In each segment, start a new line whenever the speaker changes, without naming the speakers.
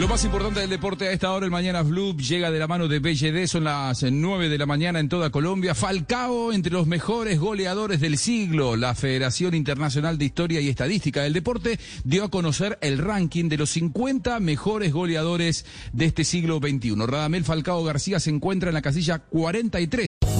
Lo más importante del deporte a esta hora, el Mañana Blue, llega de la mano de BLD, son las 9 de la mañana en toda Colombia. Falcao, entre los mejores goleadores del siglo, la Federación Internacional de Historia y Estadística del Deporte dio a conocer el ranking de los 50 mejores goleadores de este siglo XXI. Radamel Falcao García se encuentra en la casilla 43.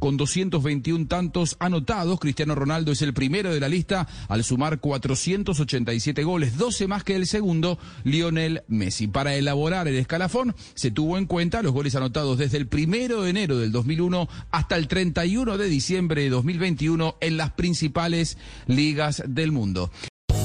con 221 tantos anotados. Cristiano Ronaldo es el primero de la lista al sumar 487 goles, 12 más que el segundo, Lionel Messi. Para elaborar el escalafón se tuvo en cuenta los goles anotados desde el primero de enero del 2001 hasta el 31 de diciembre de 2021 en las principales ligas del mundo.